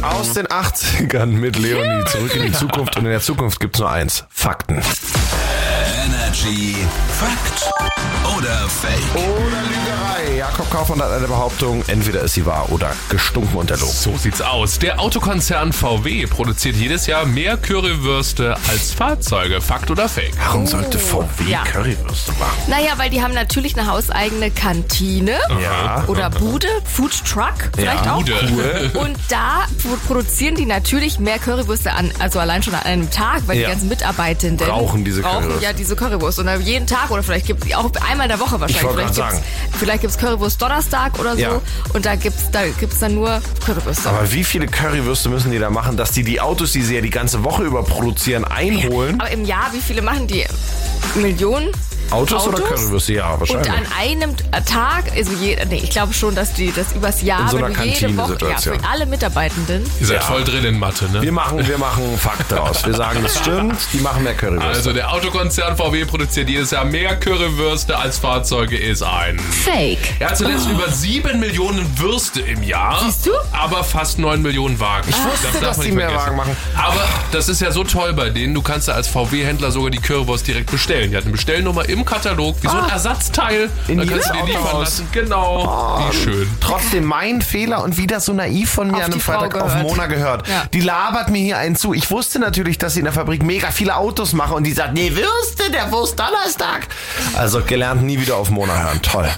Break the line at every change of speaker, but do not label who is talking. aus den 80ern mit Leonie. Zurück in die Zukunft. Und in der Zukunft gibt's nur eins. Fakten.
Energy Fakt oder Fake?
Oder Lügerei. Jakob Kaufmann hat eine Behauptung. Entweder ist sie wahr oder gestunken und erlogen.
So sieht's aus. Der Autokonzern VW produziert jedes Jahr mehr Currywürste als Fahrzeuge. Fakt oder Fake?
Warum sollte VW
Ja.
Currywürste machen?
Naja, weil die haben natürlich eine hauseigene Kantine
Ja.
oder Bude, Food Truck vielleicht
Ja,
auch.
Bude.
Und da pro- produzieren die natürlich mehr Currywürste an, also allein schon an einem Tag, weil
Ja.
die ganzen Mitarbeitenden
Brauchen diese
brauchen
Currywürste.
ja diese Currywurst. Und dann jeden Tag oder vielleicht gibt auch einmal in der Woche wahrscheinlich.
Ich wollte
vielleicht,
gerade
gibt's, vielleicht gibt's Currywurst Donnerstag oder so.
Ja.
Und da gibt's da gibt's dann nur Currywürste.
Aber wie viele Currywürste müssen die da machen, dass die die Autos, die sie ja die ganze Woche über produzieren, einholen?
Aber im Jahr, wie viele machen die? Millionen?
Autos, oder Currywürste? Ja,
Und
wahrscheinlich.
an einem Tag, also je, nee, ich glaube schon, dass die das übers Jahr,
In so
wenn
einer
du jede Woche, ja,
Kantinensituation.
für alle Mitarbeitenden,
Ihr seid
Ja.
voll drin in Mathe, ne?
wir machen, wir machen Fakt draus. Wir sagen, das stimmt, die machen mehr Currywürste.
Also der Autokonzern VW produziert jedes Jahr mehr Currywürste als Fahrzeuge ist ein.
Fake.
Er hat zuletzt
Ah.
über 7 Millionen Würste im Jahr.
Siehst du?
Aber fast 9 Millionen Wagen. Ich
wusste, dass die mehr Wagen machen.
Aber das ist ja so toll bei denen. Du kannst ja als VW-Händler sogar die Currywurst direkt bestellen. Die hat eine Bestellnummer im Katalog, wie so ein Ersatzteil.
Ah. In Ah.
Dann kannst
jedes
du dir liefern
Autohaus.
lassen. Genau. wie schön.
Trotzdem mein Fehler und wieder so naiv von mir
Auf
an einem
die Frau
Freitag auf
gehört.
Mona gehört.
Ja.
Die labert mir hier einen zu. Ich wusste natürlich, dass sie in der Fabrik mega viele Autos machen und die sagt, nee, Würste, der Wurst Donnerstag. Also gelernt nie wieder auf Mona hören. Toll.